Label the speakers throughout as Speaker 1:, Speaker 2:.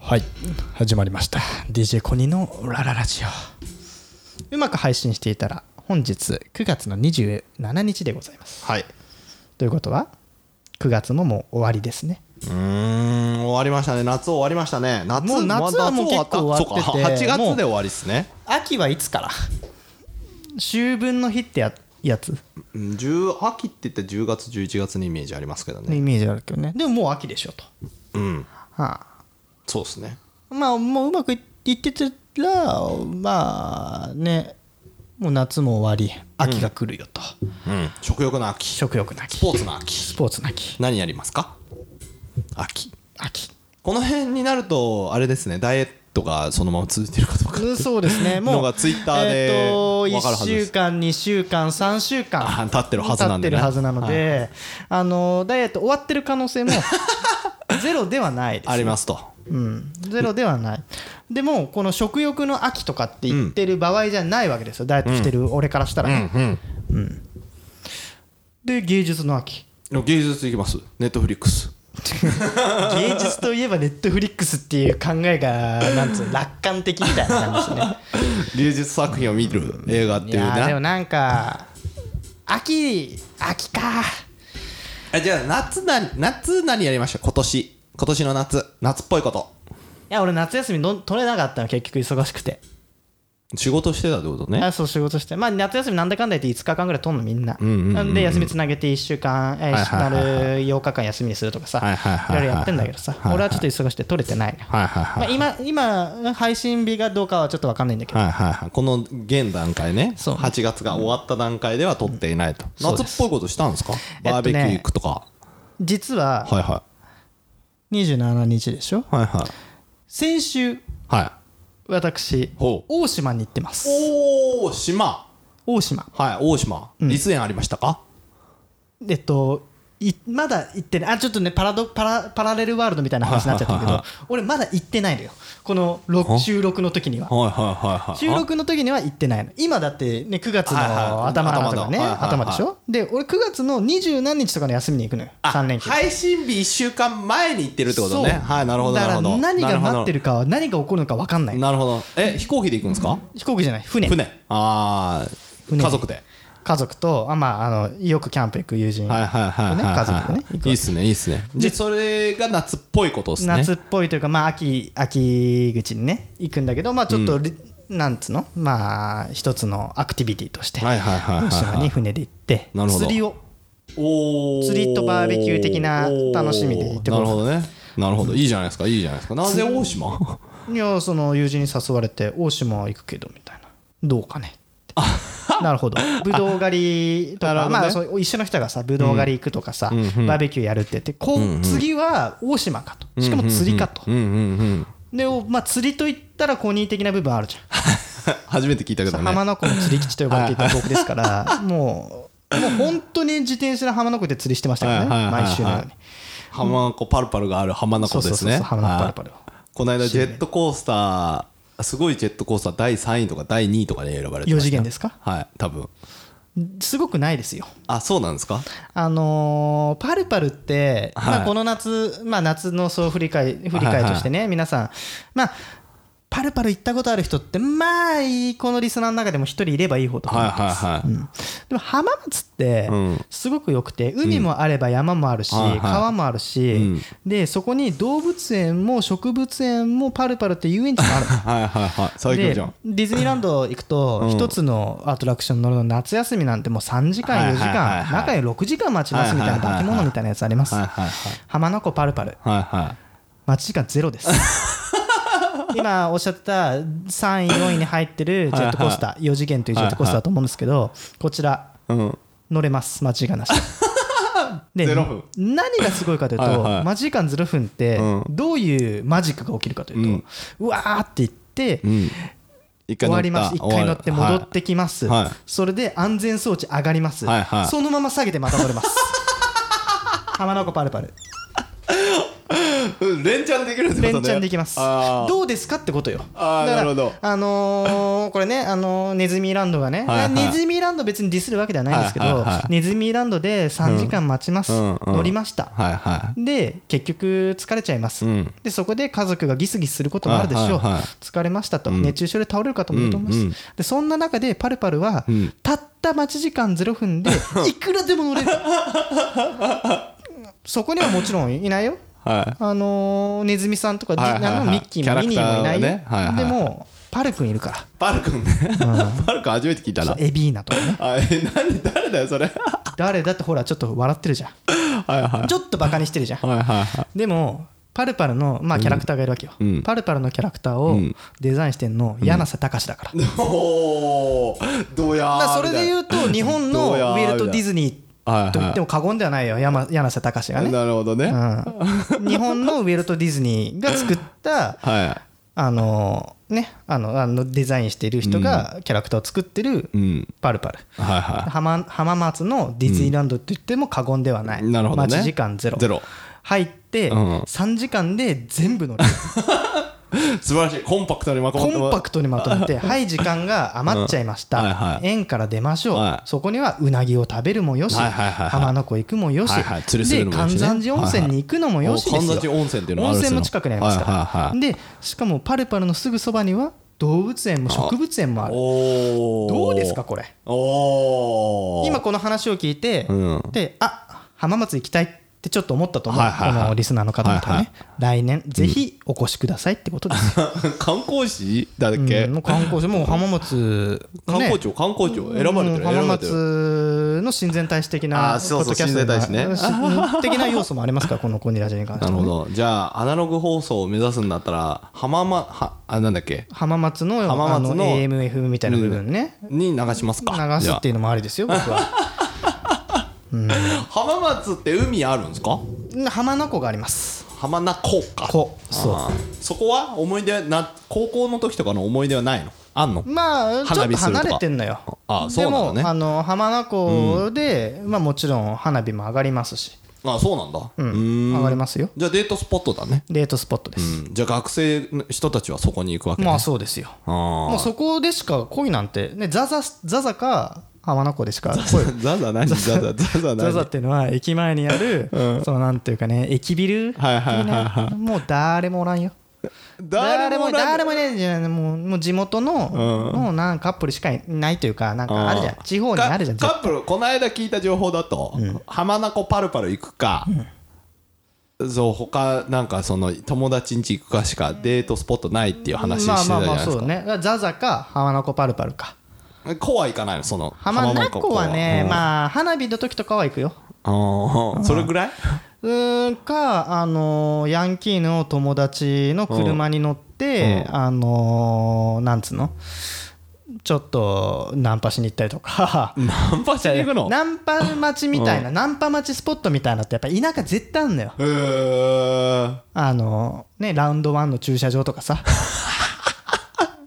Speaker 1: はい始まりました DJ コニのラララジオうまく配信していたら本日9月の27日でございます
Speaker 2: はい
Speaker 1: ということは9月ももう終わりですね
Speaker 2: うーん終わりましたね夏終わりましたね夏
Speaker 1: もう夏はもう
Speaker 2: 夏
Speaker 1: 結構終わってて
Speaker 2: あそうか8
Speaker 1: もう
Speaker 2: 月で終わりっすね
Speaker 1: 秋はいつから秋分の日ってややつ
Speaker 2: うん10秋って言ったら10月11月のイメージありますけど
Speaker 1: の
Speaker 2: ね
Speaker 1: イメージあるけどねでももう秋でしょと、
Speaker 2: うん
Speaker 1: は
Speaker 2: そうっすね
Speaker 1: あ、まあもううまくいいってたらまあねもう夏も終わり秋が来るよと、
Speaker 2: うん食欲の秋
Speaker 1: 食欲なき
Speaker 2: スポーツの秋
Speaker 1: スポーツなき
Speaker 2: 何やりますか秋
Speaker 1: 秋
Speaker 2: この辺になるとあれですねダイエットがそのまま続いてるかどうか
Speaker 1: うんそうですね、もう、
Speaker 2: のが Twitter で
Speaker 1: えーと
Speaker 2: わかるはずで
Speaker 1: 1
Speaker 2: す
Speaker 1: 週間、2週間、3週間、
Speaker 2: あ経ってるはずなんで
Speaker 1: 経
Speaker 2: ね
Speaker 1: ってるはずなので、あのダイエット終わってる可能性 もゼロではないです、
Speaker 2: ありますと
Speaker 1: うん、ゼロではない、でも、この食欲の秋とかって言ってる場合じゃないわけですよ、ダイエットしてる俺からしたら、ねで、芸術の 秋。
Speaker 2: うん芸術いきますネットフリックス
Speaker 1: 芸術といえばネットフリックスっていう考えがなんつうの楽観的みたいな感じです ね。
Speaker 2: 芸術作品を見る映画って
Speaker 1: い
Speaker 2: いう
Speaker 1: やーでも
Speaker 2: ね
Speaker 1: なんか秋秋か
Speaker 2: あじゃあ夏な夏何やりました今年今年の夏夏っぽいこと
Speaker 1: いや俺夏休みの取れなかったの結局忙しくて
Speaker 2: 仕事してたってことね
Speaker 1: あそう仕事してまあ夏休みなんだかんだ言って5日間ぐらい取んのみんな、
Speaker 2: んうんうんうん
Speaker 1: なんで休みつなげて1週間、えー
Speaker 2: はいはいはい
Speaker 1: な
Speaker 2: は
Speaker 1: る8日間休みにするとかさ
Speaker 2: はいはいはいはい
Speaker 1: ろいろやってんだけどさ、
Speaker 2: いはい
Speaker 1: 俺はちょっと忙しくて取れてないのよ、
Speaker 2: はいはいはい
Speaker 1: まあ、今今配信日がどうかはちょっと分かんないんだけど、
Speaker 2: はいはいはいこの現段階ね
Speaker 1: そう
Speaker 2: 8月が終わった段階では撮っていないと
Speaker 1: そう
Speaker 2: 夏
Speaker 1: で
Speaker 2: っぽいことしたんですか
Speaker 1: えっとね
Speaker 2: バーベキュー行くとか
Speaker 1: 実は
Speaker 2: はいは
Speaker 1: 27日でしょ
Speaker 2: いはいはい
Speaker 1: 先週
Speaker 2: はい
Speaker 1: 私
Speaker 2: ほう
Speaker 1: 大島に行ってます
Speaker 2: おお島
Speaker 1: 大島
Speaker 2: はい大島立園ありましたか
Speaker 1: えっといまだ行ってないあちょっとねパラドパラパラレルワールドみたいな話になっちゃったけ
Speaker 2: はいはい
Speaker 1: ど俺まだ行ってないのよこの録収録の時には
Speaker 2: はいはいはいはい
Speaker 1: 収録の時には行ってないの今だってね9月
Speaker 2: はいはい
Speaker 1: の頭の頭ね
Speaker 2: 頭
Speaker 1: 頭
Speaker 2: だ
Speaker 1: でしょで俺9月の二十何日とかの休みに行くのよ
Speaker 2: あ
Speaker 1: 3連休
Speaker 2: 配信日1週間前に行ってるってことね
Speaker 1: そう
Speaker 2: はいなるほど
Speaker 1: だ
Speaker 2: な
Speaker 1: から
Speaker 2: るほど
Speaker 1: 何が待って
Speaker 2: る
Speaker 1: るかは何が起こるのか分かんない
Speaker 2: なるほどえ飛行機で行くんですか
Speaker 1: 飛行機じゃない船
Speaker 2: 船ああ
Speaker 1: 船
Speaker 2: 家族で
Speaker 1: 家族とあまああのよくキャンプ行く友人
Speaker 2: はいはいはいはいはい
Speaker 1: 家族でね行くわけ
Speaker 2: いいっすねいいっすねでそれが夏っぽいことですね
Speaker 1: 夏っぽいというか、まあ、秋秋口にね行くんだけど、まあ、ちょっと、りなんつうのまあ一つのアクティビティとして
Speaker 2: はいはいはいはいはい
Speaker 1: 島に船で行って
Speaker 2: なるほど
Speaker 1: 釣りを
Speaker 2: おー
Speaker 1: 釣りとバーベキュー的な楽しみで行ってこ
Speaker 2: な
Speaker 1: よう
Speaker 2: るほどねなるほどいいじゃないですかいいじゃないですかなぜ大 島
Speaker 1: いやその友人に誘われて大島行くけどみたいなどうかねってなるほどぶどう狩りとか、
Speaker 2: なるほどね
Speaker 1: まあ、そう一緒の人がさぶどう狩り行くとかさ、バーベキューやるって言ってこう、次は大島かとしかも釣りかと、
Speaker 2: うんうんうん
Speaker 1: で、まあ、釣りといったらコニー的な部分あるじゃん
Speaker 2: 初めて聞いたけどね
Speaker 1: 浜名湖の釣り基地と呼ばれていた僕ですから、もう、もう本当に自転車で浜名湖で釣りしてましたからね、
Speaker 2: はいはいはいはい
Speaker 1: 毎週のように。
Speaker 2: 浜名湖パルパルがある浜名湖です
Speaker 1: そうそうそう
Speaker 2: ね
Speaker 1: そう浜名湖パルパル
Speaker 2: はいこの間ジェットコースターすごいジェットコースター第3位とか第2位とかで選ばれて
Speaker 1: 4
Speaker 2: まし
Speaker 1: 次
Speaker 2: た
Speaker 1: 元ですか
Speaker 2: はい多分
Speaker 1: すごくないですよ。
Speaker 2: あそうなんですか
Speaker 1: あのーパルパルって、
Speaker 2: はい
Speaker 1: まあ、この夏、まあ、夏の総振り返振り返としてね、皆さん、まあ、パルパル行ったことある人って、まあいい、このリスナーの中でも1人いればいいほど、
Speaker 2: はいはいはい
Speaker 1: でも浜松って
Speaker 2: うん
Speaker 1: すごく良くて海もあれば山もあるし
Speaker 2: はいはい
Speaker 1: 川もあるしでそこに動物園も植物園もパルパルって遊園地もある
Speaker 2: はいはいはい 最強
Speaker 1: で
Speaker 2: じゃん
Speaker 1: ディズニーランド行くと一つのアトラクション乗るの夏休みなんてもう3時間4時
Speaker 2: はいはいはい
Speaker 1: 間
Speaker 2: はい
Speaker 1: 中に6時間待ちますみたいな
Speaker 2: はいはい
Speaker 1: 化
Speaker 2: はい
Speaker 1: け物みたいなやつあります
Speaker 2: はいはいはい
Speaker 1: 浜名湖パルパル
Speaker 2: はいはい
Speaker 1: 待ち時間ゼロです 今おっしゃった3位4位に入ってるジェットコースター4次元というジェットコースターだと思うんですけどこちら
Speaker 2: うん
Speaker 1: 乗れます間違いな しで
Speaker 2: ゼロ分
Speaker 1: 何がすごいかというと
Speaker 2: はいはい
Speaker 1: マジ時間0分って
Speaker 2: うん
Speaker 1: どういうマジックが起きるかというと、うわーって言って、
Speaker 2: うん一
Speaker 1: 終
Speaker 2: 乗
Speaker 1: わ
Speaker 2: っ
Speaker 1: ります一回乗って戻ってきます、
Speaker 2: はいはい
Speaker 1: それで安全装置上がります、
Speaker 2: はいはい
Speaker 1: そ のまま下げてまた乗れます浜名湖パルパル
Speaker 2: はい うん連チャンできるってことね
Speaker 1: 連チャンできます
Speaker 2: あー
Speaker 1: どうですかってことよ
Speaker 2: あー
Speaker 1: だから
Speaker 2: なるほど
Speaker 1: あのーこれね、あのーネズミランドがね、
Speaker 2: はいはい
Speaker 1: ネズミランド別にディスるわけではないんですけど、
Speaker 2: はいはいはい
Speaker 1: ネズミランドで3時間待ちます、
Speaker 2: うんうん
Speaker 1: 乗りました、
Speaker 2: はいは
Speaker 1: で結局疲れちゃいます、
Speaker 2: うん
Speaker 1: でそこで家族がギスギスすることもあるでしょう、
Speaker 2: はいはいはい
Speaker 1: 疲れましたと、
Speaker 2: ん
Speaker 1: 熱中症で倒れる方もいると思うし、
Speaker 2: うんうん
Speaker 1: でそんな中でパルパルは、
Speaker 2: うん
Speaker 1: たった待ち時間0分 でいくらでも乗れるそこにはもちろんいないよ
Speaker 2: いはい
Speaker 1: あのーネズミさんとか、
Speaker 2: はいはいはい
Speaker 1: あのミッキーもミニーもいないよ、
Speaker 2: キャラクターはねはいはい
Speaker 1: でもパル君いるから
Speaker 2: パル君ねパル君初めて聞いた
Speaker 1: そう
Speaker 2: な
Speaker 1: エビーナとかね
Speaker 2: あえ何誰だよそれは
Speaker 1: 誰だってほらちょっと笑ってるじゃん
Speaker 2: いは
Speaker 1: ちょっとバカにしてるじゃん
Speaker 2: いはいはいはい
Speaker 1: でもパルパルのまあキャラクターがいるわけよ、
Speaker 2: うん
Speaker 1: パルパルのキャラクターを
Speaker 2: ん
Speaker 1: デザインしてんの柳瀬隆だから,、
Speaker 2: おおどうやー
Speaker 1: だからそれで言
Speaker 2: う
Speaker 1: うと日本の
Speaker 2: ど
Speaker 1: ウ
Speaker 2: うやー
Speaker 1: ィルト・ディズニ
Speaker 2: はいは
Speaker 1: ー
Speaker 2: い
Speaker 1: と言っても過言ではないよ山柳瀬隆がね、
Speaker 2: なるほどね、は
Speaker 1: うん、日本のウィルト・ディズニーが作 った
Speaker 2: い
Speaker 1: あのねあのあのデザインしてる人がキャラクターを作ってる
Speaker 2: うん
Speaker 1: パルパル、
Speaker 2: はいは
Speaker 1: 浜浜松のディズニーランドって言っても過言ではない、
Speaker 2: いなるほどね
Speaker 1: 待ち時間ゼロ
Speaker 2: ゼロ
Speaker 1: 入って
Speaker 2: うん
Speaker 1: 3時間で全部乗れる
Speaker 2: 素晴らしいコンパクトにまと
Speaker 1: コ
Speaker 2: まって
Speaker 1: ンパクトにまとめて、はい、時間が余っちゃいまし
Speaker 2: うんはいは
Speaker 1: た、
Speaker 2: い
Speaker 1: 園から出ましょう
Speaker 2: は、い
Speaker 1: そこにはうなぎを食べるもよし、
Speaker 2: はいはいはいはい
Speaker 1: 浜名湖行くもよし
Speaker 2: はいはい、釣りす
Speaker 1: で
Speaker 2: るのもよ
Speaker 1: 関
Speaker 2: しね
Speaker 1: 山寺温泉に行くのもよしで
Speaker 2: はいはい
Speaker 1: す
Speaker 2: お神
Speaker 1: よ、
Speaker 2: 山寺温泉っていうのも
Speaker 1: 温
Speaker 2: あるんです
Speaker 1: 泉
Speaker 2: よ
Speaker 1: も近くにあります
Speaker 2: はいはい
Speaker 1: か
Speaker 2: は
Speaker 1: ら、
Speaker 2: い
Speaker 1: でしかもパルパルのすぐそばには動物園も植物園もある、
Speaker 2: おお
Speaker 1: どうですか、これ、
Speaker 2: おお
Speaker 1: 今この話を聞いて、
Speaker 2: うん
Speaker 1: であ浜松行きたいってちょっと思ったと思う、
Speaker 2: はいはいはい
Speaker 1: このリスナーの方々ね、
Speaker 2: はいはい
Speaker 1: 来年、ぜひお越しくださいってことですよ。
Speaker 2: 観光地だっけ、
Speaker 1: うんもう観光地、もう浜松、ね
Speaker 2: 観光庁、観光庁選ばれてる
Speaker 1: 浜
Speaker 2: 選ばれてる
Speaker 1: 松の親善大使的な
Speaker 2: あーそ
Speaker 1: ポ
Speaker 2: うそう
Speaker 1: ッドキャストが
Speaker 2: 親善大使
Speaker 1: し的な要素もありますからこのコニラジに関して
Speaker 2: な
Speaker 1: は
Speaker 2: る
Speaker 1: ね
Speaker 2: ほどじゃあアナログ放送を目指すんだったら浜まはあなんだっけ
Speaker 1: 浜松の
Speaker 2: 浜松の
Speaker 1: あの AMF みたいな部分ね
Speaker 2: に流します
Speaker 1: 流
Speaker 2: か
Speaker 1: すってい
Speaker 2: じ
Speaker 1: うのもありですよ僕は
Speaker 2: ゃあ浜松って海あるんですか
Speaker 1: 浜名湖があります
Speaker 2: 浜名湖か
Speaker 1: 湖そ
Speaker 2: あーそこは思い出な高校の時とかの思い出はないのあんの
Speaker 1: うまあちょっ
Speaker 2: 花
Speaker 1: と
Speaker 2: 火するとか
Speaker 1: 離れてんのよ
Speaker 2: あー
Speaker 1: で
Speaker 2: そうな
Speaker 1: も
Speaker 2: のね
Speaker 1: あの浜名湖でまあもちろん花火も上がりますし
Speaker 2: あそうなんだうーん
Speaker 1: 上がりますよ
Speaker 2: じゃあデートスポットだね
Speaker 1: デートスポットで
Speaker 2: う
Speaker 1: す
Speaker 2: んじゃあ学生の人たちはそこに行くわけね
Speaker 1: まあそうですよ
Speaker 2: あー
Speaker 1: もうそこでしか恋なんてねザザザザか浜名湖でしか恋
Speaker 2: ザザ何ザザザザ
Speaker 1: ザ
Speaker 2: 何
Speaker 1: ザっていうのは駅前にある、そのなんていうかね駅ビル、
Speaker 2: はいはいはいは
Speaker 1: もう誰もおらんよ誰も誰もいないんじゃないもうもう地元の、もうなんかカップルしかいないというかなんかあるじゃん
Speaker 2: うん
Speaker 1: 地方にあるじゃん
Speaker 2: カカップルこの間聞いた情報だと、浜名湖パルパル行くか、そう他なんかその友達ん家行くかしかデートスポットないっていう話して
Speaker 1: ま
Speaker 2: た
Speaker 1: あ
Speaker 2: じ
Speaker 1: まあ
Speaker 2: ゃない
Speaker 1: ま
Speaker 2: で
Speaker 1: あ
Speaker 2: す
Speaker 1: そうねザザか浜名湖パルパルか
Speaker 2: か湖は行かないのその
Speaker 1: 浜名湖はね
Speaker 2: あ
Speaker 1: まあ花火の時とかは行くよ
Speaker 2: それぐらい、
Speaker 1: うーんか、あのーヤンキーの友達の車に乗って、あのーなんつうのちょっとナンパしに行ったりとか
Speaker 2: ナンパしに行くの
Speaker 1: ナンパ待ちみたいな、ナンパ待ちスポットみたいなってやっぱ田舎絶対あんのよ
Speaker 2: へー
Speaker 1: あのーねラウンドワンの駐車場とか さ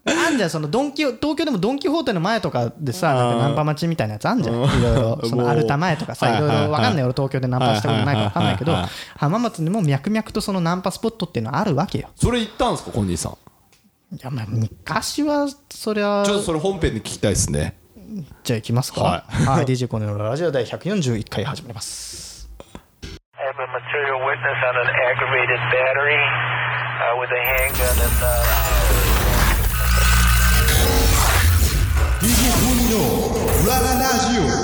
Speaker 1: あんじゃんそのドンキホ東京でもドン・キホーテの前とかでさなんかナンパ待ちみたいなやつあんじゃんいろいろ そのアルタ前とかさ
Speaker 2: もう
Speaker 1: いろい
Speaker 2: はいはいは
Speaker 1: ろ
Speaker 2: い
Speaker 1: わかんない俺東京でナンパしたことないからわかんないけど
Speaker 2: はいはいは
Speaker 1: 浜松にも脈々とそのナンパスポットっていうのはあるわけよ
Speaker 2: それ行ったんですかコニーさん
Speaker 1: いやまあ昔はそりゃ
Speaker 2: ちょっとそれ本編で聞きたいですね
Speaker 1: じゃあ行きますか
Speaker 2: は
Speaker 1: はい DJ コネのラジオ第141回始まります
Speaker 3: I have a material witness on an aggravated battery uh, with a handgun and. Uh
Speaker 4: DJ コニーの裏ラジオ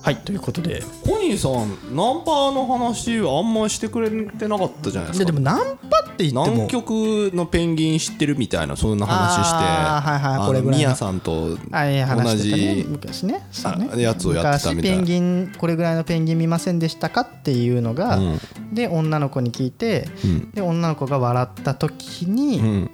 Speaker 1: はいということで
Speaker 2: コニーさんナンパの話あんましてくれてなかったじゃないです
Speaker 1: で
Speaker 2: か
Speaker 1: でもナンパって言っても
Speaker 2: 南極のペンギン知ってるみたいなそんな話して
Speaker 1: あーはいはい
Speaker 2: あの
Speaker 1: これぐらいの
Speaker 2: ミヤさんと
Speaker 1: あいや話
Speaker 2: 同
Speaker 1: してたね
Speaker 2: じ
Speaker 1: 昔ねそう
Speaker 2: あ
Speaker 1: ね
Speaker 2: やつをやってたみたいな
Speaker 1: 昔ペンギンこれぐらいのペンギン見ませんでしたかっていうのが、
Speaker 2: うん
Speaker 1: で女の子に聞いて、
Speaker 2: ん
Speaker 1: で女の子が笑った時に、
Speaker 2: うん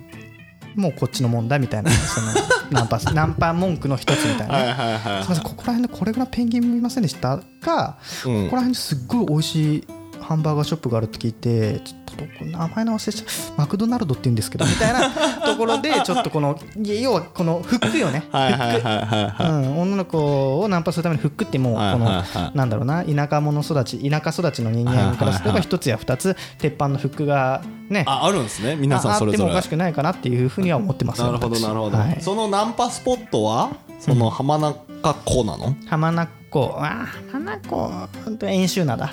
Speaker 1: もうこっちのもんだみたいなそのナンパ ナンパ文句の一つみたいな、
Speaker 2: はい
Speaker 1: ね
Speaker 2: はいはい
Speaker 1: すみませんここら辺でこれぐらいのペンギン見ませんでしたか、
Speaker 2: うん
Speaker 1: ここら辺ですっごい美味しいハンバーガーショップがあるって聞いてちょっとどこ名前の忘れちゃうマクドナルドって言うんですけどみたいな ところでちょっとこのいや要はこのフックよね
Speaker 2: はいはいはいはいは
Speaker 1: うん、女の子をナンパするためのフックってもうこ
Speaker 2: はい
Speaker 1: の
Speaker 2: はいはい
Speaker 1: なんだろうな田舎者育ち田舎育ちの人間からすれ
Speaker 2: はいはいは
Speaker 1: ば
Speaker 2: い
Speaker 1: 一つや二つ鉄板のフックがね
Speaker 2: いああるんですね皆
Speaker 1: あ
Speaker 2: さんそれぞ
Speaker 1: あっても
Speaker 2: れ
Speaker 1: おかしくないかなっていうふうには思ってます
Speaker 2: なるほど
Speaker 1: 私
Speaker 2: なるほど、
Speaker 1: はい
Speaker 2: そのナンパスポットはその浜中湖なの
Speaker 1: 浜名湖あー浜名湖本当演習灘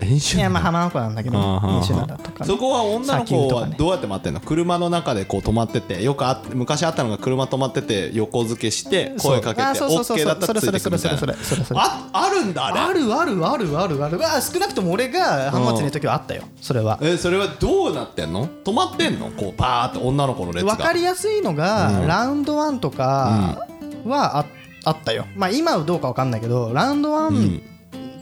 Speaker 2: 練習
Speaker 1: いやまあ浜名湖なんだけど
Speaker 2: あーはーはー
Speaker 1: 演習灘とかね
Speaker 2: そこは女の
Speaker 1: 砂丘
Speaker 2: 子
Speaker 1: とか
Speaker 2: は
Speaker 1: ね
Speaker 2: どうやって待ってんの車の中でこう止まっててよくあ昔あったのが車止まってて横付けして声かけて
Speaker 1: あーそうそうそう
Speaker 2: OK だった
Speaker 1: それ
Speaker 2: らつい
Speaker 1: そ
Speaker 2: て
Speaker 1: れ
Speaker 2: く
Speaker 1: そ
Speaker 2: み
Speaker 1: れ
Speaker 2: た
Speaker 1: そ
Speaker 2: い
Speaker 1: れそ
Speaker 2: な
Speaker 1: れそれそれ
Speaker 2: ああるんだあ
Speaker 1: あ
Speaker 2: れ
Speaker 1: るあるあるあるあるあー少なくとも俺が浜松にいる時はあったよそれは
Speaker 2: えそれはどうなってんの止まってんのこうバーって女の子の列が
Speaker 1: 分かりやすいのが、
Speaker 2: うん
Speaker 1: ラウンド1とかはああったよまあ今はどうか分かんないけどラウンド
Speaker 2: うん
Speaker 1: 1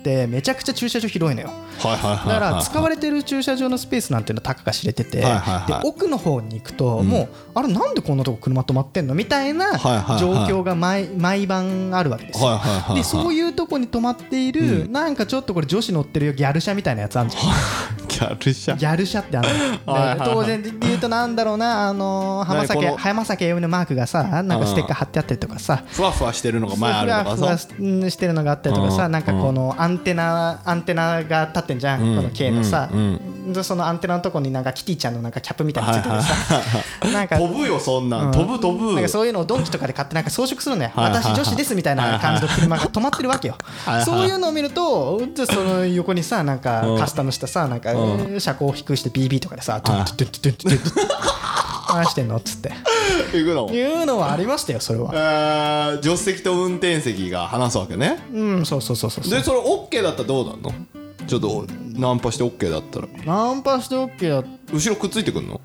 Speaker 1: ってめちゃくちゃ駐車場広いのよ
Speaker 2: はいはい
Speaker 1: だ
Speaker 2: はい
Speaker 1: か
Speaker 2: はい
Speaker 1: ら使われてる駐車場のスペースなんていうのはたかが知れててで
Speaker 2: はいはいはい
Speaker 1: 奥の方に行くともうあれなんでこんなとこ車止まってんのみたいな
Speaker 2: はいはい
Speaker 1: 状
Speaker 2: はい
Speaker 1: 況が毎毎晩あるわけです
Speaker 2: はい
Speaker 1: よ
Speaker 2: はいはいはい
Speaker 1: でそういうとこに止まっているなんかちょっとこれ女子乗ってるよギャル車みたいなやつあるじゃん
Speaker 2: ギャルシャ
Speaker 1: ギャル車ってあの
Speaker 2: はいはいはい
Speaker 1: 当然で言うとなんだろうなあの浜
Speaker 2: 何
Speaker 1: 崎
Speaker 2: この
Speaker 1: 浜崎あゆみのマークがさなんかステッカー貼ってあったりとかさ
Speaker 2: ふわふわしてるのが前あ
Speaker 1: ふ
Speaker 2: る
Speaker 1: わ
Speaker 2: のか
Speaker 1: ふわ
Speaker 2: さ
Speaker 1: してるのがあったりとかさ
Speaker 2: うん
Speaker 1: なんかこのアンテナアンテナが立ってんじゃん
Speaker 2: うん
Speaker 1: この系のさ
Speaker 2: うん
Speaker 1: でそのアンテナのとこになんかキティちゃんのなんかキャップみたいなのついてるさなんか
Speaker 2: 飛ぶよそんなん、飛ぶ飛ぶ
Speaker 1: なんかそういうのをドンキとかで買ってなんか装飾するのよ
Speaker 2: はいはいはい
Speaker 1: 私女子ですみたいな感じの車が止まってるわけよ
Speaker 2: いはい
Speaker 1: そういうのを見るとじゃあその横にさなんかカスタムしたさなんか
Speaker 2: う
Speaker 1: 車高を低くして BB とかでさ「トゥントゥントゥントゥントゥントゥントゥン何してんの?」っつって
Speaker 2: 行くの
Speaker 1: いうのはありましたよそれは
Speaker 2: えー助手席と運転席が話すわけね
Speaker 1: うんそうそうそうそう
Speaker 2: でそれ OK だったらどうなんのちょっとナンパして OK だったら
Speaker 1: ナンパして OK だ
Speaker 2: 後ろくっついてくんの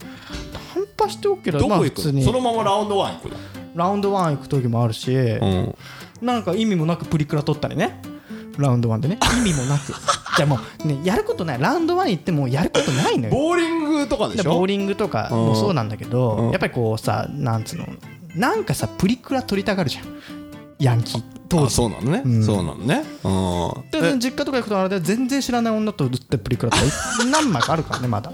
Speaker 1: ナンパして OK だ
Speaker 2: ど
Speaker 1: まあ
Speaker 2: こ
Speaker 1: 普
Speaker 2: 行く
Speaker 1: 通
Speaker 2: のその
Speaker 1: に
Speaker 2: ままラウンドワン行くの
Speaker 1: ラウンドワン行く時もあるし
Speaker 2: うん
Speaker 1: なんか意味もなくプリクラ撮ったりねラウンドワンで ね意味もなくじゃあもうねやることないラウンドワン行ってもうやることないのよ
Speaker 2: ボーリングとかで
Speaker 1: で
Speaker 2: し
Speaker 1: ボー
Speaker 2: ょ
Speaker 1: リングとかもそうなんだけど、
Speaker 2: うん
Speaker 1: やっぱりこうさなんつうのなんかさプリクラ撮りたがるじゃんヤンキー当
Speaker 2: あ
Speaker 1: 時
Speaker 2: そうなのね、
Speaker 1: うん
Speaker 2: そうなのね
Speaker 1: で
Speaker 2: うんえ
Speaker 1: 実家とか行くとあれで全然知らない女とずっとプリクラとか何枚かあるからねまだ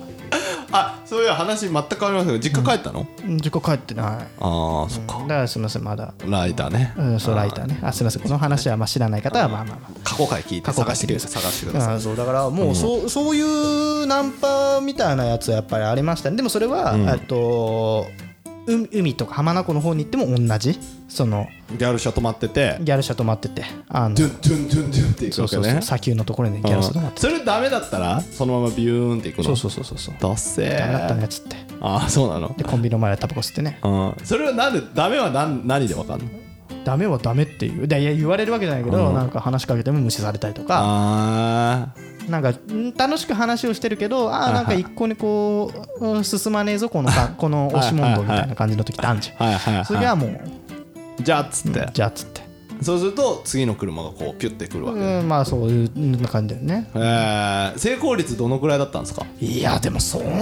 Speaker 2: あそういう話全く変わりますけど実家帰ったの、
Speaker 1: うん実家帰ってない
Speaker 2: ああそっか
Speaker 1: だからすみませんまだ
Speaker 2: ライターね、
Speaker 1: うんそうライターねあすみませんこの話はまあ知らない方はまあまあまあ
Speaker 2: 過去回聞いて
Speaker 1: 過去回
Speaker 2: 探してください探してください
Speaker 1: あそうだからもうそう,、そういうナンパみたいなやつはやっぱりありましたねでもそれは、えっと海海とか浜名湖の方に行っても同じその
Speaker 2: ギャル車止まってて
Speaker 1: ギャル車止まっててあの
Speaker 2: ドゥンドゥンドゥンドゥンっていく
Speaker 1: そう
Speaker 2: わけ
Speaker 1: そ
Speaker 2: ね
Speaker 1: うそう砂丘のところにギャル車止まってて
Speaker 2: それダメだったらそのままビューンっていくの
Speaker 1: そうそうそうそうそう
Speaker 2: ダッセー
Speaker 1: ダメだったねっつって
Speaker 2: ああそうなの
Speaker 1: でコンビニの前でタバコ吸ってね
Speaker 2: うんそれはなんでダメは何何でわかんの
Speaker 1: ダメはダメっていうでいや言われるわけじゃないけど、なんか話しかけても無視されたりとか
Speaker 2: あ
Speaker 1: なんかん楽しく話をしてるけどああなんか一向にこううん進まねえぞこのかこの押し問答みたいな感じの時ってあるじ
Speaker 2: あはい
Speaker 1: ゃ
Speaker 2: はい
Speaker 1: んそれは
Speaker 2: は
Speaker 1: もう
Speaker 2: いじゃあっつって
Speaker 1: じゃあっつって
Speaker 2: そうすると次の車がこうピュッてくるわけね
Speaker 1: うんまあそういううん感じだよね
Speaker 2: えー成功率どのくらいだったんですか
Speaker 1: いやでもそんな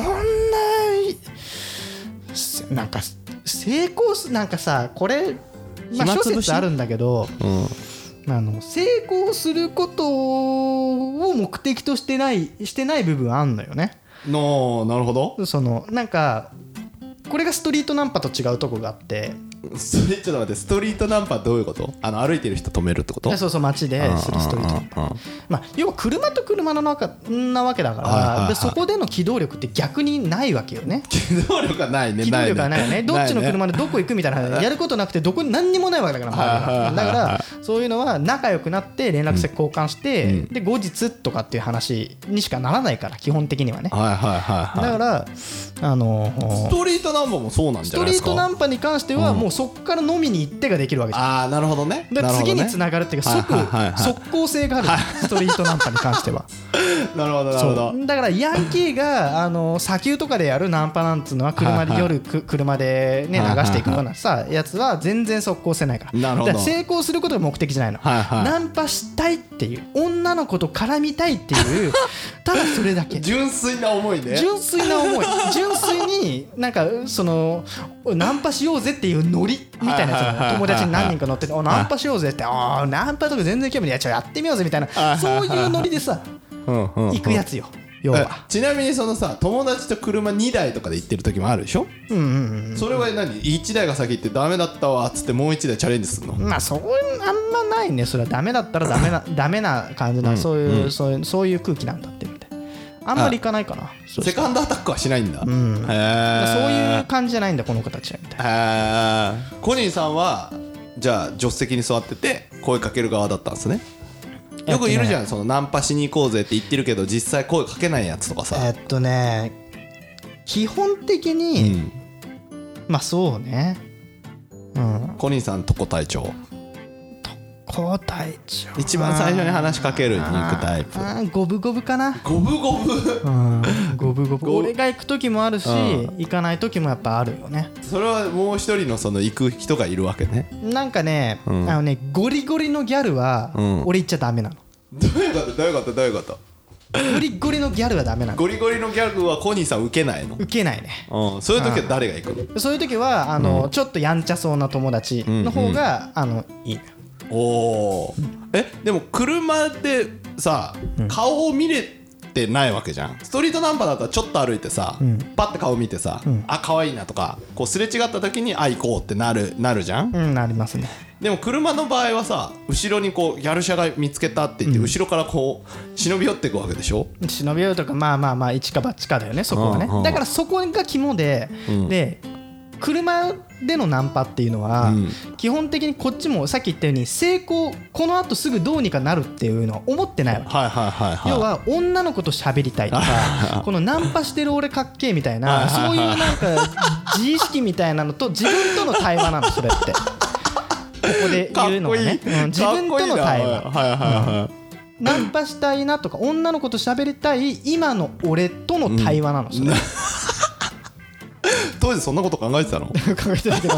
Speaker 1: せなんか成功すなんかさこれまあ
Speaker 2: 暇
Speaker 1: 諸
Speaker 2: つぶし
Speaker 1: 説あるんだけど
Speaker 2: うん
Speaker 1: あの成功することを目的としてないしてない部分あんのよね
Speaker 2: のなるほど
Speaker 1: そのなんかこれがストリートナンパと違うとこがあって
Speaker 2: ストリちょっと待ってストリートナンパどういうことあの歩いてる人止めるってこと
Speaker 1: あそうそう街でするストリートナンパ
Speaker 2: うんうんうん
Speaker 1: まあ要は車と車の中なわけだから、
Speaker 2: はいはいはい
Speaker 1: でそこでの機動力って逆にないわけよね
Speaker 2: 機動力がないね
Speaker 1: 機動力がないよねどっちの
Speaker 2: ないね
Speaker 1: 車でどこ行くみたいなやることなくてどこに何にもないわけだから
Speaker 2: はいはいはいはい
Speaker 1: 周りがだからそういうのは仲良くなって連絡先交換して、
Speaker 2: うん
Speaker 1: で後日とかっていう話にしかならないから基本的にはねだ
Speaker 2: はいはいはいはい
Speaker 1: からあの
Speaker 2: ストリートナンバーもそうなん
Speaker 1: ス
Speaker 2: じゃ
Speaker 1: ト
Speaker 2: ない
Speaker 1: リ
Speaker 2: です
Speaker 1: ー
Speaker 2: か
Speaker 1: トナンパに関してはもうそこから飲みに行ってができるわけじゃん
Speaker 2: ああなるほどね
Speaker 1: だから次につ
Speaker 2: な
Speaker 1: ながるっていうか
Speaker 2: はい
Speaker 1: 即
Speaker 2: はいはいはい
Speaker 1: 即効性があるストリートナンパに関しては
Speaker 2: なるほどなるほど
Speaker 1: そうだからヤンキーがあの砂丘とかでやるナンパなんつうのは車で
Speaker 2: はいはい
Speaker 1: 夜く車でね
Speaker 2: はいはいはい
Speaker 1: 流していくようなさやつは全然即効性ないから
Speaker 2: なるほ
Speaker 1: だ
Speaker 2: ど
Speaker 1: から成功することが目的じゃないの
Speaker 2: はいはい
Speaker 1: ナンパしたいっていう女の子と絡みたいっていう ただそれだけ
Speaker 2: 純粋な思いね
Speaker 1: 純粋な 思い純粋になんかそのナンパしようぜっていうノリみたいなやつ
Speaker 2: はいはいはいはい
Speaker 1: 友達に何人か乗ってておナンパしようぜっておナンパとか全然興味ないいやちょやってみようぜみたいな
Speaker 2: はいはい
Speaker 1: そ
Speaker 2: は
Speaker 1: う
Speaker 2: い
Speaker 1: いうノリでさ
Speaker 2: うんうんうん
Speaker 1: 行くやつよ要
Speaker 2: え
Speaker 1: は
Speaker 2: ちなみにそのさ友達と車2台とかで行ってる時もあるでしょ、
Speaker 1: うんうんうん
Speaker 2: それは何1台が先行ってダメだったわっつってもう1台チャレンジするの、
Speaker 1: まあそこあんまないねそれはダメだったらダメな ダメな感じな、そういう、そういうそういう空気なんだってみたいなあんまりいかないかなそう
Speaker 2: セカンドアタックはしないんだ、へえ
Speaker 1: そういう感じじゃないんだこの子たちはみたいな
Speaker 2: へえコニーさんはじゃあ助手席に座ってて声かける側だったんですねよくいるじゃん、そのナンパしに行こうぜって言ってるけど実際声かけないやつとかさ、
Speaker 1: えっとね基本的
Speaker 2: う
Speaker 1: に、
Speaker 2: ん、
Speaker 1: まあそうねうん
Speaker 2: コニーさんとこ隊長
Speaker 1: 高隊長
Speaker 2: 一番最初に話しかけるに行くタイプ
Speaker 1: あー五分五分かな
Speaker 2: 五分五分
Speaker 1: うん五分五分
Speaker 2: 五
Speaker 1: 俺が行く時もあるし
Speaker 2: う
Speaker 1: 行かない時もやっぱあるよね
Speaker 2: それはもう一人のその行く人がいるわけね
Speaker 1: なんかね、
Speaker 2: ん
Speaker 1: あのねゴリゴリのギャルは、
Speaker 2: うん
Speaker 1: 俺行っちゃダメなの
Speaker 2: どういうことどういうことどういうこと
Speaker 1: ゴリゴリのギャルはダメなの
Speaker 2: ゴリゴリのギャグはコニーさん受けないの、
Speaker 1: ウケないね
Speaker 2: うん、そういう時は誰が行くの
Speaker 1: そういう時はあの、ちょっとやんちゃそうな友達の方が、あのいいのよ
Speaker 2: おおえでも車でさ顔を見れてないわけじゃんストリートナンバーだったらちょっと歩いてさ、パッて顔見てさ、あ可愛いなとかこうすれ違った時にあ行こうってなるなるじゃん、
Speaker 1: うんなりますね
Speaker 2: でも車の場合はさ後ろにこうギャル車が見つけたって言って、後ろからこう忍び寄っていくわけでしょ
Speaker 1: 忍び寄るとかまあまあまあ一か八かだよねそこはね
Speaker 2: うんうん
Speaker 1: だからそこが肝で、
Speaker 2: ん
Speaker 1: で車でのナンパっていうのは、
Speaker 2: うん
Speaker 1: 基本的にこっちもさっき言ったように成功このあとすぐどうにかなるっていうのは思ってないわけ
Speaker 2: はいはいはいはい
Speaker 1: 要は女の子と喋りたいと かこのナンパしてる俺かっけえみたい
Speaker 2: はい
Speaker 1: な
Speaker 2: はい
Speaker 1: そういう
Speaker 2: は
Speaker 1: なんか自意識みたいなのと自分との対話なのそれって。ここで
Speaker 2: かっ
Speaker 1: 言うの
Speaker 2: こ
Speaker 1: はい
Speaker 2: い
Speaker 1: ね、うん自分との対話
Speaker 2: かっこいいなはいはいはい、
Speaker 1: ナンパしたいなとか女の子と喋りたい今の俺との対話なのそれ考
Speaker 2: 当時そんなこと考えて たの
Speaker 1: えてたけど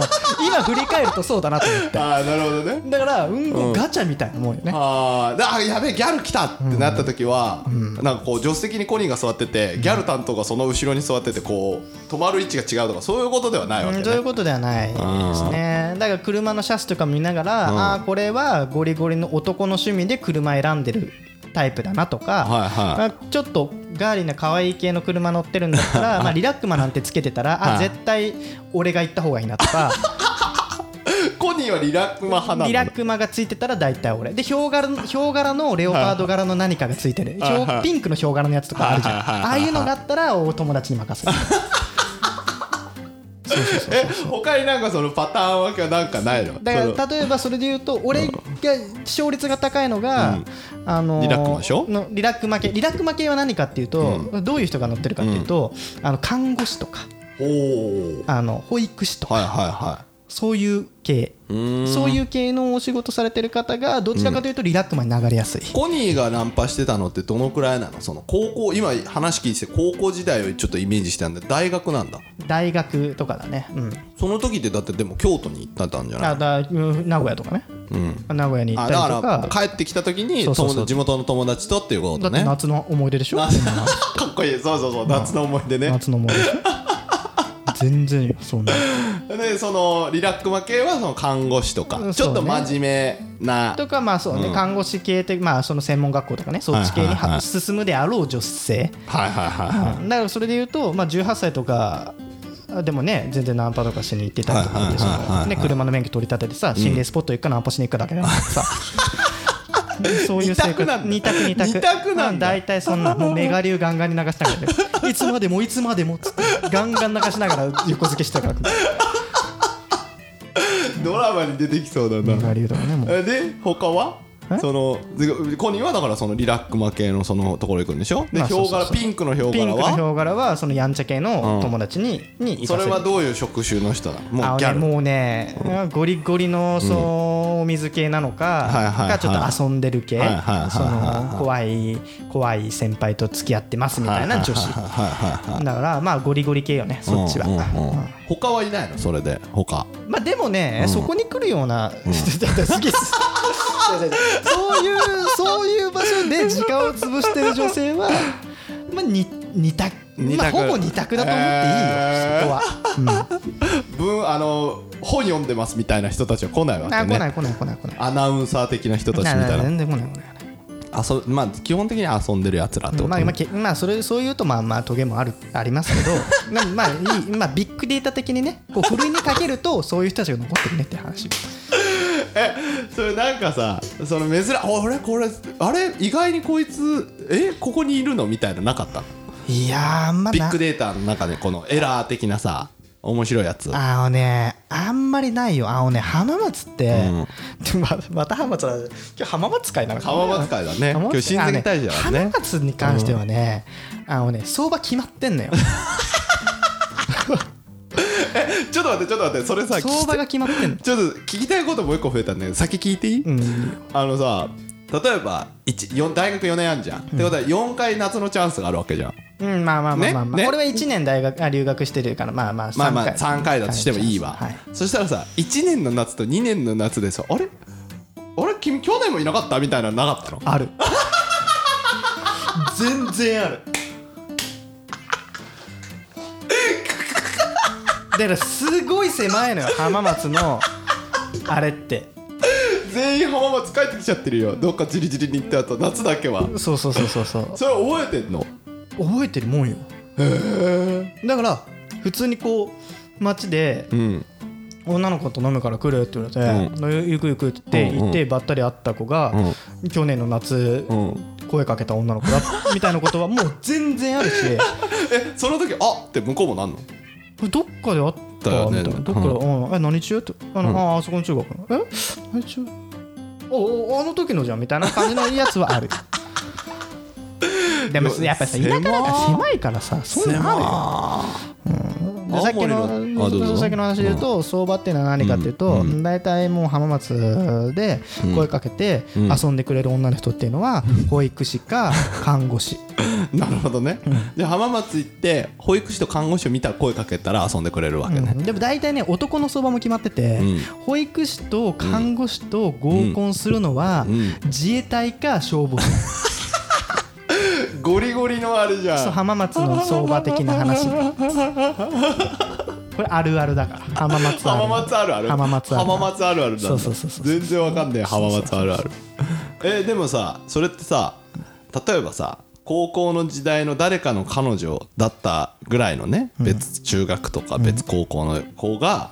Speaker 1: 今振り返るとそうだなと 思って
Speaker 2: ああなるほどね
Speaker 1: だからうんこガチャみたいなもんよね
Speaker 2: あーであやべえギャル来たってなった時は、なんかこう助手席にコニーが座ってて、ギャル担当がその後ろに座っててこう止まる位置が違うとかそういうことではないわけ
Speaker 1: うん
Speaker 2: ね、
Speaker 1: そういうことではないですねだから車のシャツとか見ながら、ああこれはゴリゴリの男の趣味で車選んでるタイプだなとか、
Speaker 2: はいはい
Speaker 1: あちょっとガーリーな可愛い系の車乗ってるんだったらまあリラックマなんてつけてたら、あ
Speaker 2: はい
Speaker 1: 絶対俺が行った方がいいなと か
Speaker 2: コニーはリラックマ派なの
Speaker 1: リラックマがついてたら大体俺でヒョウ柄のヒョウ柄のレオパード柄の何かがついてる、
Speaker 2: はいはい
Speaker 1: ヒョウピンクのヒョウ柄のやつとかあるじゃん、
Speaker 2: はいはいはいはい
Speaker 1: ああいうのがあったらお友達に任せるそうそうそう
Speaker 2: え他になんかそのパターン分けはなんかないの
Speaker 1: だ
Speaker 2: そ
Speaker 1: か
Speaker 2: の
Speaker 1: ら例えばそれで言うと俺が勝率が高いのが、あのー
Speaker 2: リラックマでしょ
Speaker 1: のリラックマ系リラックマ系は何かっていうと、どういう人が乗ってるかっていうと、あの看護師とか
Speaker 2: おー
Speaker 1: あの保育士とか、
Speaker 2: はいはいは
Speaker 1: そういう系そういう系のお仕事されてる方がどちらかというとリラックマに流れやすい、
Speaker 2: いコニーがナンパしてたのってどのくらいなのその高校今話聞いてて高校時代をちょっとイメージしてたんで大学なんだ
Speaker 1: 大学とかだね、うん、
Speaker 2: その時ってだってでも京都に行ったんじゃない
Speaker 1: あだうん名古屋とかね、名古屋に行っ
Speaker 2: あ
Speaker 1: たり
Speaker 2: だ
Speaker 1: とか
Speaker 2: から帰ってきた時に
Speaker 1: そうそうそう
Speaker 2: 友達地元の友達とっていうこと
Speaker 1: だって
Speaker 2: ね
Speaker 1: 夏の思い出でしょ
Speaker 2: 夏かっこいいそうそうそう夏の思い出ね
Speaker 1: 夏の思い 出でしょ全然よそんな
Speaker 2: でそのリラックマ系はその看護師と
Speaker 1: う
Speaker 2: か
Speaker 1: ん
Speaker 2: ちょっと
Speaker 1: そうね
Speaker 2: 真面目な
Speaker 1: とかまあそうね、看護師系的まあその専門学校とかねそっち系に
Speaker 2: はいはいはい
Speaker 1: は進むであろう女性、
Speaker 2: はいはいはい
Speaker 1: うんだからそれで言うとまあ18歳とかでもね全然ナンパとかしに行ってたりとかでそ
Speaker 2: はいはいはいは
Speaker 1: の
Speaker 2: い
Speaker 1: ね車の免許取り立ててさ心霊スポット行くかナンパしに行くかだけだから さそういう生
Speaker 2: 二択なん
Speaker 1: 活
Speaker 2: だ
Speaker 1: 二択二択
Speaker 2: 二択なんだ
Speaker 1: う大体そんなも うメガ流ガンガンに流しながらいつまでもいつまでもっつってガンガン流しながら横付けしてたから
Speaker 2: ドラマに出てきそうだ
Speaker 1: メガ
Speaker 2: な
Speaker 1: 流とかねもう
Speaker 2: で他は
Speaker 1: え
Speaker 2: そのでコニーはだからそのリラックマ系のそのところ行くんでしょで
Speaker 1: まあ
Speaker 2: ヒョウ柄
Speaker 1: そうそうそう
Speaker 2: ピンクのヒョウ
Speaker 1: ピン
Speaker 2: 柄
Speaker 1: クのヒ
Speaker 2: は
Speaker 1: ョウ柄はそのやんちゃ系の友達に,、に行
Speaker 2: そ
Speaker 1: か
Speaker 2: れ
Speaker 1: せる
Speaker 2: はどういう職種の人なの
Speaker 1: あ
Speaker 2: もう
Speaker 1: の
Speaker 2: ギャ
Speaker 1: ね
Speaker 2: ル
Speaker 1: もうね、ゴリゴリのそのお水系なのか、
Speaker 2: はいはいはい
Speaker 1: がちょっと遊んでる系、
Speaker 2: はいはいはいはい
Speaker 1: その怖い怖い先輩と付き合ってますみたいな女子、
Speaker 2: はいはいはい
Speaker 1: だからまあゴリゴリ系よねそっちは、
Speaker 2: うんうんうん
Speaker 1: うん
Speaker 2: 他はいないのそれで 他
Speaker 1: まあでもね、そこに来るような、 だってすげえ違う違う違うそういうそういう場所で時間を潰してる女性はまあに二択
Speaker 2: 二
Speaker 1: まあ、
Speaker 2: 択
Speaker 1: ほぼ二択だと思っていいよ、
Speaker 2: えー
Speaker 1: そこは、うん、
Speaker 2: 文あの本読んでますみたいな人たちは来ないわけ
Speaker 1: あ来
Speaker 2: ね
Speaker 1: ない来ない来ない来ない
Speaker 2: アナウンサー的な人たちみ
Speaker 1: な
Speaker 2: たいな
Speaker 1: 全然来ない来ない
Speaker 2: 遊ぶまあ基本的に遊んでるやつらってこと
Speaker 1: まあまあけまあ、それそういうとまあまあトゲもあるありますけど なまあいい、まあ、ビッグデータ的にねこうふるいにかけるとそういう人たちが残ってるねって話
Speaker 2: それなんかさその珍あれこれあれ意外にこいつえここにいるのみたいななかったの
Speaker 1: いやーあんま
Speaker 2: ビッ
Speaker 1: な
Speaker 2: グデータの中でこのエラー的なさ面白いやつ
Speaker 1: あのねあんまりないよあのね浜松って、でままた浜松だ今日浜松会なのかな
Speaker 2: 浜松会だね
Speaker 1: 浜松
Speaker 2: 今日親戚大事だからね
Speaker 1: あの浜松に関してはね、あのね相場決まって んのよ
Speaker 2: ちょっと待ってちょっと待ってそれさ聞き
Speaker 1: 相場が決まってんの
Speaker 2: ちょっと聞きたいこともう一個増えたんだけど先聞いていい、あのさ例えば一四大学4年あんじゃん、ってことは4回夏のチャンスがあるわけじゃん
Speaker 1: うん、まあまあまあまあ、まあ
Speaker 2: ねね
Speaker 1: これは1年大学あ留学してるからまあまあ3
Speaker 2: まあ
Speaker 1: 回,、
Speaker 2: まあ3回だとしてもいいわ、
Speaker 1: はい
Speaker 2: そしたらさ1年の夏と2年の夏でさあれあれ君去年もいなかったみたいなのなかったの
Speaker 1: ある
Speaker 2: 全然ある
Speaker 1: だからすごい狭いのよ浜松のあれって
Speaker 2: 全員浜松帰ってきちゃってるよどっかじりじりに行った後夏だけは
Speaker 1: そうそうそうそうそう
Speaker 2: それ覚えてんの
Speaker 1: 覚えてるもんよだから普通にこう街で
Speaker 2: うん
Speaker 1: 女の子と飲むから来るって言われて、行く行くって言って
Speaker 2: うんうん
Speaker 1: 行ってばったり会った子が、去年の夏、
Speaker 2: うん
Speaker 1: 声かけた女の子だみたいなことはもう全然あるし
Speaker 2: えその時あって向こうもなんの
Speaker 1: これどっかで会っ
Speaker 2: だ
Speaker 1: た
Speaker 2: よ
Speaker 1: み
Speaker 2: ね
Speaker 1: たいな、どっかで、うん、え何中ってあの、ああそこの中学のえ何中おおあの時のじゃんみたいな感じのやつはあるでもやっぱさ田舎だから狭いからさそんなのあるよでさっき
Speaker 2: 青森のあどうぞ
Speaker 1: のさっきの話で言うと、相場っていうのは何かっていうと、大体もう浜松で声かけて遊んでくれる女の人っていうのは、保育士か看護師
Speaker 2: なるほどね、じゃあ浜松行って保育士と看護師を見たら声かけたら遊んでくれるわけね、
Speaker 1: でも大体ね男の相場も決まってて、
Speaker 2: ん
Speaker 1: 保育士と看護師と合コンするのは、
Speaker 2: ん
Speaker 1: 自衛隊か消防士
Speaker 2: ゴリゴリのあれじゃん
Speaker 1: そう浜松の相場的な 話これあるあるだから浜松ある
Speaker 2: 浜松あるある
Speaker 1: 浜松あるある
Speaker 2: 浜松あるあるなんだ
Speaker 1: そうそうそうそう
Speaker 2: 全然わかんねえ浜松あるあるえでもさそれってさ例えばさ高校の時代の誰かの彼女だったぐらいのね別中学とか別高校の子が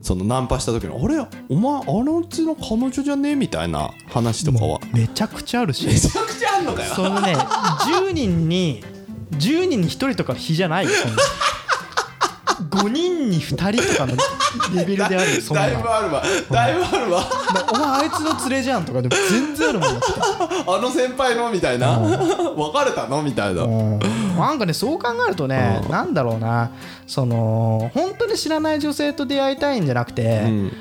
Speaker 2: そのナンパした時に「あれお前あのうちの彼女じゃねえ?」みたいな話とかは
Speaker 1: めちゃくちゃあるし
Speaker 2: めちゃくちゃあんのかよ
Speaker 1: そのね10人に10人に1人とかの比じゃないよそんな5人に2人とかのレベルであるよそんな
Speaker 2: だい
Speaker 1: の
Speaker 2: ぶあるわだいぶあるわ
Speaker 1: お前あいつの連れじゃんとかでも全然あるもんだって
Speaker 2: あの先輩のみたいな 別れたのみたいな
Speaker 1: うんなんかねそう考えるとね
Speaker 2: うん
Speaker 1: なんだろうなその本当に知らない女性と出会いたいんじゃなくて、
Speaker 2: うん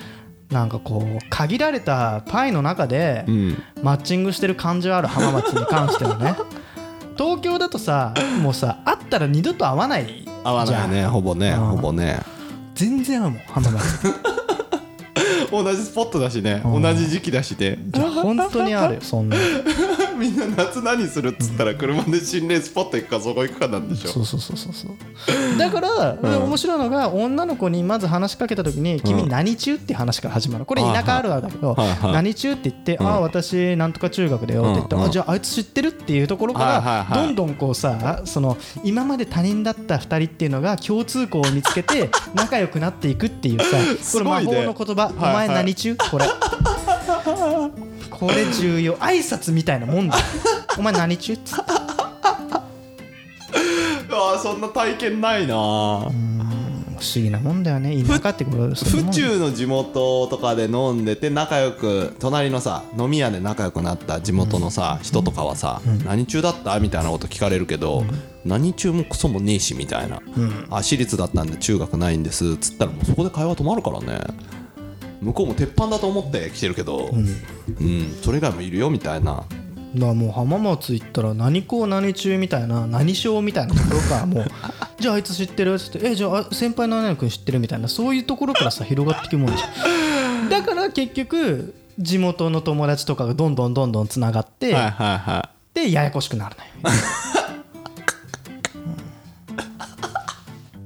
Speaker 1: なんかこう限られたパイの中で、
Speaker 2: うん
Speaker 1: マッチングしてる感じはある浜松に関しては ね東京だとさもうさ会ったら二度と会わないじゃん
Speaker 2: 合わないねほぼね
Speaker 1: ん
Speaker 2: ほぼね
Speaker 1: 全然合うもん浜松
Speaker 2: 同じスポットだしね
Speaker 1: う
Speaker 2: 同
Speaker 1: ん
Speaker 2: じ時期だしね
Speaker 1: 本当にあるよそんな
Speaker 2: みんな夏何するっつったら車で心霊スポット行くかそこ行くかなんでし
Speaker 1: そ
Speaker 2: ょ
Speaker 1: うそうそうそうそうだから、で面白いのが女の子にまず話しかけた時に「君何中?」って話から始まるこれ田舎あるあるだけど
Speaker 2: はいはい
Speaker 1: 「何中?」って言って「ああ私なんとか中学だよ」って言った
Speaker 2: うん
Speaker 1: ら
Speaker 2: うん
Speaker 1: あ「じゃああいつ知ってる?」っていうところ
Speaker 2: はいはい
Speaker 1: から
Speaker 2: はい
Speaker 1: どんどんこうさその今まで他人だった2人っていうのが共通項を見つけ て仲良くなっていくっていうさ
Speaker 2: す
Speaker 1: これ
Speaker 2: ご
Speaker 1: 魔
Speaker 2: いね
Speaker 1: 法の言葉「お
Speaker 2: はいは
Speaker 1: 前
Speaker 2: い
Speaker 1: 何中?」これ。これ重要挨拶みたいなもんだよお前何中っつって
Speaker 2: ああそんな体験ないな
Speaker 1: 不思議なもんだよね田舎ってことです
Speaker 2: 府中の地元とかで飲んでて仲良く隣のさ飲み屋で仲良くなった地元のさ人とかはさ何中だったみたいなこと聞かれるけど何中もクソもねえしみたいなあ私立だったんで中学ないんですっつったらもうそこで会話止まるからね向こうも鉄板だと思って来てるけどうんそれ以外もいるよみたいな
Speaker 1: だからもう浜松行ったら何校何中みたいな何小みたいなところ からもうじゃああいつ知ってるっつってえじゃああ先輩の何々君知ってるみたいなそういうところからさ広がってくもんじゃ んだから結局地元の友達とかがどんどんどんどんつながって、
Speaker 2: はいはいはい
Speaker 1: でややこしくならない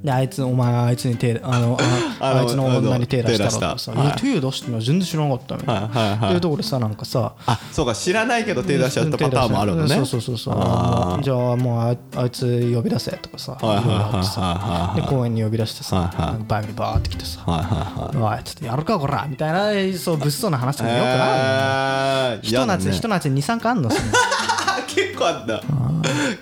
Speaker 1: であいつお前あいつに手あのあ
Speaker 2: あの
Speaker 1: あいつの女に手出したろと
Speaker 2: 手
Speaker 1: か
Speaker 2: 出した
Speaker 1: さ、
Speaker 2: はい
Speaker 1: いや手出してるのは全然知らなかったみたいな、
Speaker 2: はいはいはい
Speaker 1: っていうところでさなんかさ
Speaker 2: あそうか知らないけど手出しちゃったパターンもあるのね
Speaker 1: そうそうそうそう
Speaker 2: あー
Speaker 1: じゃあもうああいつ呼び出せとかさ
Speaker 2: はいはいはいはいはい
Speaker 1: ろいろあってさで公園に呼び出して
Speaker 2: はいはい
Speaker 1: さなんかバイクにバーって来てさ
Speaker 2: はいはいはい
Speaker 1: 「おいちょっとやるかこら」みたいなそう物騒な話とかよくある
Speaker 2: えー
Speaker 1: ひと夏
Speaker 2: 嫌だね
Speaker 1: ひと夏23回あんのその
Speaker 2: あ結構あんだ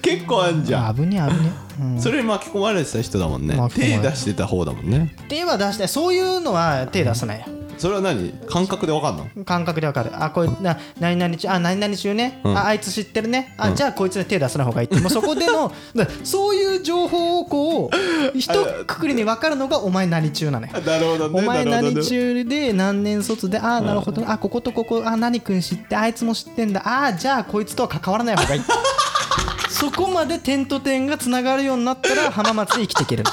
Speaker 2: 結構あんじゃん
Speaker 1: 危ねえ危ねえうん
Speaker 2: それに巻き込まれてた人だもんね
Speaker 1: 巻き込
Speaker 2: 手
Speaker 1: まれた
Speaker 2: 出してた方だもんね
Speaker 1: 手は出してそういうのは手出さないよ
Speaker 2: それは何感覚でわか んの
Speaker 1: 感覚でわかるあこいな何々中あ何々中ね、
Speaker 2: ん
Speaker 1: ああいつ知ってるねあ、じゃあこいつに手出さない方がいいってもうそこで のだそういう情報をこう一括りに分かるのがお前何中なのよ
Speaker 2: なるほどね
Speaker 1: お前
Speaker 2: なる
Speaker 1: 何
Speaker 2: ほどね
Speaker 1: 中で何年卒でああなるほどねあこことここあ何君知ってあいつも知ってんだああじゃあこいつとは関わらない方 がいいそこまで点と点がつながるようになったら浜松で生きていけ る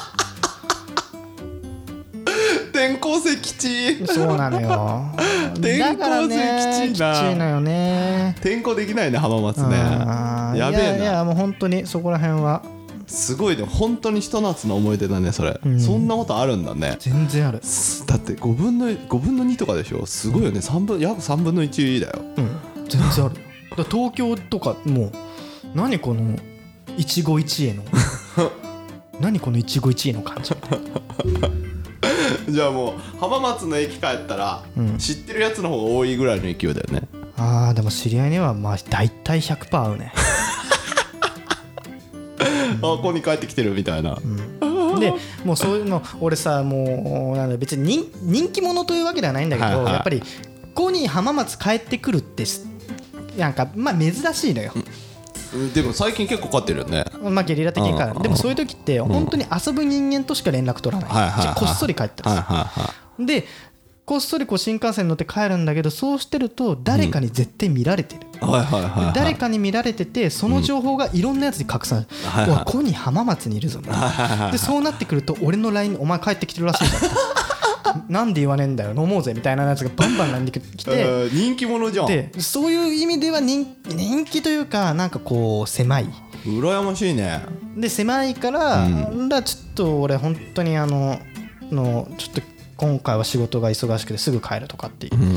Speaker 2: 転校生基地
Speaker 1: そうなのよ
Speaker 2: 転校生
Speaker 1: だから
Speaker 2: き
Speaker 1: ね
Speaker 2: ちいな
Speaker 1: きちいのよね
Speaker 2: 転校できないね浜松ね
Speaker 1: あー
Speaker 2: やべ
Speaker 1: いやい
Speaker 2: えな
Speaker 1: やもう本当にそこら辺は
Speaker 2: すごいね本当にひと夏の思い出だねそれそんなことあるんだね
Speaker 1: 全然ある
Speaker 2: すだって5分の5分の2とかでしょすごいよね3分約3分の1だよ
Speaker 1: うん全然あるだから東京とかもう何この一期一 会の何この一期一会の感じ
Speaker 2: じゃあもう浜松の駅帰ったら、
Speaker 1: ん
Speaker 2: 知ってるやつの方が多いぐらいの勢いだよね
Speaker 1: あーでも知り合いにはまあ大体100%合う ね
Speaker 2: あここに帰ってきてるみたいな、
Speaker 1: でもうそういうの俺さもうなんだ別に人人気者というわけではないんだけど、
Speaker 2: はいはい
Speaker 1: やっぱりここに浜松帰ってくるってすなんかまあ珍しいのよ、
Speaker 2: でも最近結構勝ってるよね
Speaker 1: まあ、ゲリラ的にから
Speaker 2: うん
Speaker 1: でもそういう時って本当に遊ぶ人間としか連絡取らない,、
Speaker 2: はいはいはい
Speaker 1: こっそり帰ったり
Speaker 2: はい
Speaker 1: す
Speaker 2: は
Speaker 1: る
Speaker 2: いは
Speaker 1: でこっそりこう新幹線に乗って帰るんだけどそうしてると誰かに絶対見られてる、
Speaker 2: いはいはいはいはい
Speaker 1: 誰かに見られててその情報がいろんなやつに拡散
Speaker 2: はい
Speaker 1: お
Speaker 2: はい
Speaker 1: いコニー浜松にいるぞ」でそうなってくると俺の LINE に「お前帰ってきてるらしいじゃ ん」なんで言わねえんだよ飲もうぜ」みたいなやつがバンバン LINE で来
Speaker 2: え
Speaker 1: て
Speaker 2: ー人気者じゃん
Speaker 1: でそういう意味では人人気というかなんかこう狭い
Speaker 2: 羨ましいね
Speaker 1: で狭いから,、らちょっと俺本当にあののちょっと今回は仕事が忙しくてすぐ帰るとかって言って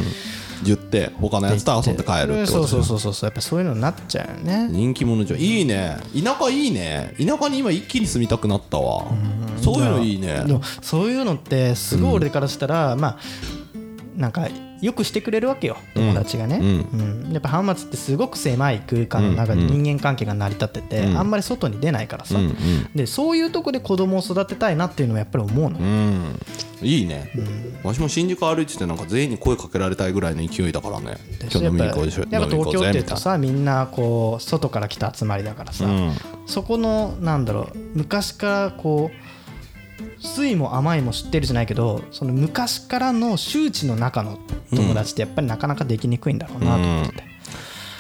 Speaker 2: 言って他のやつと遊んで帰るってこ
Speaker 1: そ
Speaker 2: と
Speaker 1: うそう
Speaker 2: う
Speaker 1: そうそうそうやっぱそういうのになっちゃうよね
Speaker 2: 人気者じゃんいいね田舎いいね田舎に今一気に住みたくなったわそういうのいいね
Speaker 1: でもそういうのってすごい俺からしたら、まあなんかよくしてくれるわけよ友達がね、
Speaker 2: う
Speaker 1: うんやっぱ浜松ってすごく狭い空間の中で人間関係が成り立ってて、あんまり外に出ないからさ、
Speaker 2: うんうん
Speaker 1: でそういうとこで子供を育てたいなっていうのはやっぱり思うの、
Speaker 2: うんいいねわしも新宿歩いててなんか全員に声かけられたいぐらいの勢いだからね今日飲みに行こうでしょ
Speaker 1: やっぱ
Speaker 2: 飲みに
Speaker 1: 東
Speaker 2: 行こ
Speaker 1: 京
Speaker 2: う
Speaker 1: っ
Speaker 2: ぜ
Speaker 1: てい
Speaker 2: み
Speaker 1: う
Speaker 2: た
Speaker 1: と
Speaker 2: いな
Speaker 1: さみんなこう外から来た集まりだからさ、
Speaker 2: うん
Speaker 1: そこのなんだろう昔からこう酸いも甘いも知ってるじゃないけどその昔からの周知の中の友達ってやっぱりなかなかできにくいんだろうなと思ってて、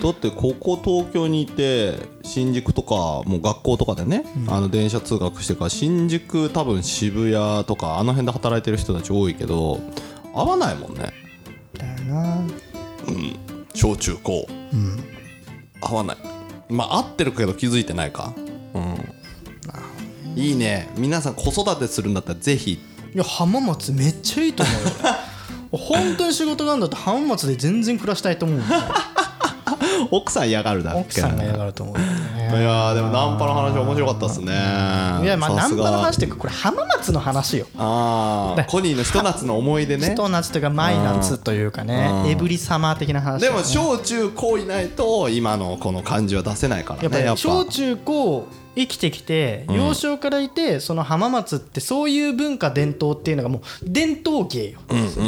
Speaker 2: だってここ東京にいて新宿とかもう学校とかでね、あの電車通学してから新宿多分渋谷とかあの辺で働いてる人たち多いけど合わないもんね
Speaker 1: だよな
Speaker 2: 小中高、合わないまあ合ってるけど気づいてないかうんいいね皆さん子育てするんだったらぜひ
Speaker 1: いや浜松めっちゃいいと思うよ 本当に仕事があるんだったら浜松で全然暮らしたいと思う
Speaker 2: 奥さん嫌がるだっ
Speaker 1: 奥
Speaker 2: け
Speaker 1: さんが嫌がると思うよ
Speaker 2: い
Speaker 1: ね
Speaker 2: やーでもナンパの話面白かったっすね
Speaker 1: いやまあ
Speaker 2: さ
Speaker 1: ナ
Speaker 2: す
Speaker 1: ン
Speaker 2: が
Speaker 1: パの話というかこれ浜松の話よ
Speaker 2: ああコニーのひと夏の思い出ね
Speaker 1: ひと夏というか毎夏というかねエブリサマー的な話だ
Speaker 2: で
Speaker 1: よね
Speaker 2: も小中高いないと今のこの感じは出せないからね
Speaker 1: やっぱ
Speaker 2: やっ
Speaker 1: り
Speaker 2: ぱ
Speaker 1: 小中高生きてきて幼少からいてその浜松ってそういう文化伝統っていうのがもう伝統芸よ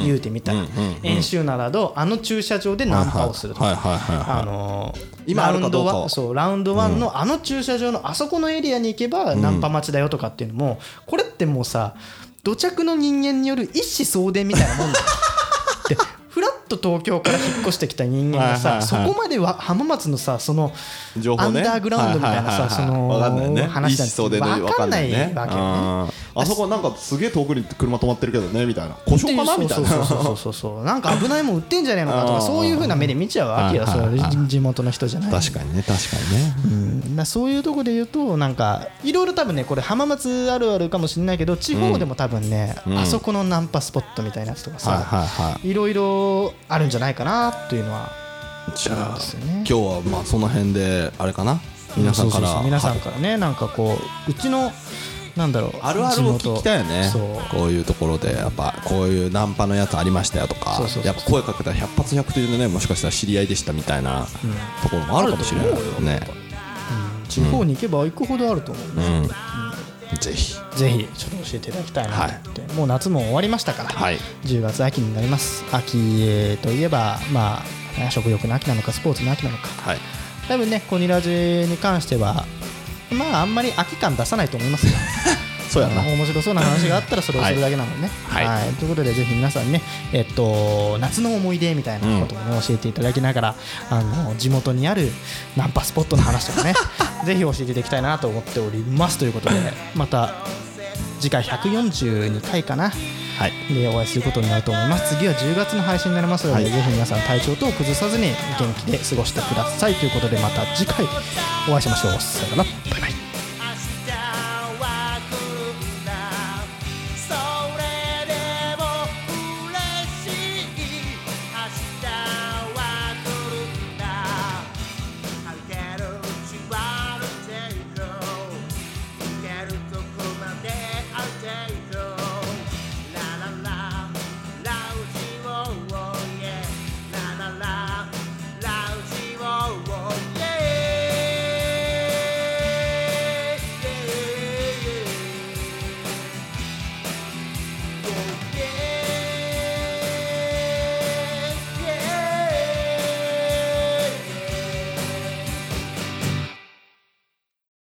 Speaker 1: 言うてみたら演習などあの駐車場でナンパをすると
Speaker 2: はいはいはいはい
Speaker 1: あのー
Speaker 2: 今あ
Speaker 1: ラ
Speaker 2: る
Speaker 1: ウ
Speaker 2: か
Speaker 1: ン
Speaker 2: どう
Speaker 1: ド
Speaker 2: かは
Speaker 1: ワンそうラウンドワンのあの駐車場のあそこのエリアに行けばナンパ待ちだよとかっていうのもこれってもうさ土着の人間による一子相伝みたいなもんだ よでフラッと東京から引っ越してきた人間が
Speaker 2: はい
Speaker 1: さ
Speaker 2: はい
Speaker 1: そ
Speaker 2: はい
Speaker 1: こまでは浜松のさその
Speaker 2: 情
Speaker 1: ア
Speaker 2: 報
Speaker 1: ン
Speaker 2: ね
Speaker 1: ダーグラウンドみたいなさその
Speaker 2: 分かんないね
Speaker 1: 話だ
Speaker 2: 一思相伝の
Speaker 1: 分かんない
Speaker 2: わ
Speaker 1: わけ
Speaker 2: う
Speaker 1: よね。
Speaker 2: んあそこなんかすげえ遠くに車止まってるけどねみたいな故障かなみたいな
Speaker 1: そうそうそうそうそうなんか危ないもん売ってんじゃねえのかと
Speaker 2: あー
Speaker 1: かそういうふうな目で見ちゃうわけよ
Speaker 2: はい
Speaker 1: そ
Speaker 2: はいはい
Speaker 1: れ地元の人じゃない
Speaker 2: 確かにね確かにね
Speaker 1: うんだそういうとこで言うとなんかいろいろ多分ねこれ浜松あるあるかもしれないけど地方でも多分ね、あそこのナンパスポットみたいなやつとか
Speaker 2: はいはい
Speaker 1: さ
Speaker 2: はい
Speaker 1: ろいろあるんじゃないかなっていうのは
Speaker 2: じゃあ、
Speaker 1: ですよ
Speaker 2: 今
Speaker 1: ね
Speaker 2: 日はまあその辺であれかな皆さんから
Speaker 1: そうそうそう皆さ
Speaker 2: は
Speaker 1: ん
Speaker 2: い
Speaker 1: からねなんかこううちのなんだろう
Speaker 2: あるあるを聞きたいよね
Speaker 1: 地元そう
Speaker 2: こういうところでやっぱこういうナンパのやつありましたよとか
Speaker 1: そうそうそう
Speaker 2: やっぱ声かけたら百発百中でねもしかしたら知り合いでしたみたいなところもあるかもしれないよね、
Speaker 1: 地方に行けば行くほどあると思う、
Speaker 2: うんぜひ
Speaker 1: ぜひちょっと教えていただきたいなって、もう夏も終わりましたから、
Speaker 2: はい
Speaker 1: 10月秋になります秋えーといえばまあね食欲の秋なのかスポーツの秋なのか
Speaker 2: はい
Speaker 1: 多分ねコニラジに関してはまああんまり秋感出さないと思いますよ
Speaker 2: そうやな
Speaker 1: 面白そうな話があったらそれをするだけなのでね、
Speaker 2: はいはい
Speaker 1: ということでぜひ皆さんね、えっと、夏の思い出みたいなことをね、教えていただきながらあの地元にあるナンパスポットの話とか ねぜひ教えていただきたいなと思っておりますということでまた次回142回かな
Speaker 2: はい
Speaker 1: でお会いすることになると思います次は10月の配信になりますので、
Speaker 2: はい
Speaker 1: ぜひ皆さん体調等を崩さずに元気で過ごしてくださいということでまた次回お会いしましょうさよならバイバイ
Speaker 5: 明日は来るんだそれでも嬉しい明日は来るんだ歩ける縛るていこう行けるとこまで歩いていこうララララウジオーイエララララウジオーイエ yeah, yeah, yeah.